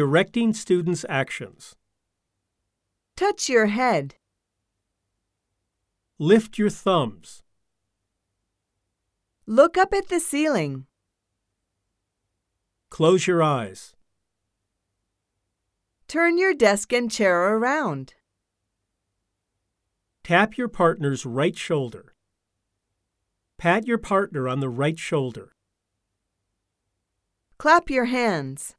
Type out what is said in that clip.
Directing students' actions. Touch your head. Lift your thumbs. Look up at the ceiling. Close your eyes. Turn your desk and chair around. Tap your partner's right shoulder. Pat your partner on the right shoulder. Clap your hands.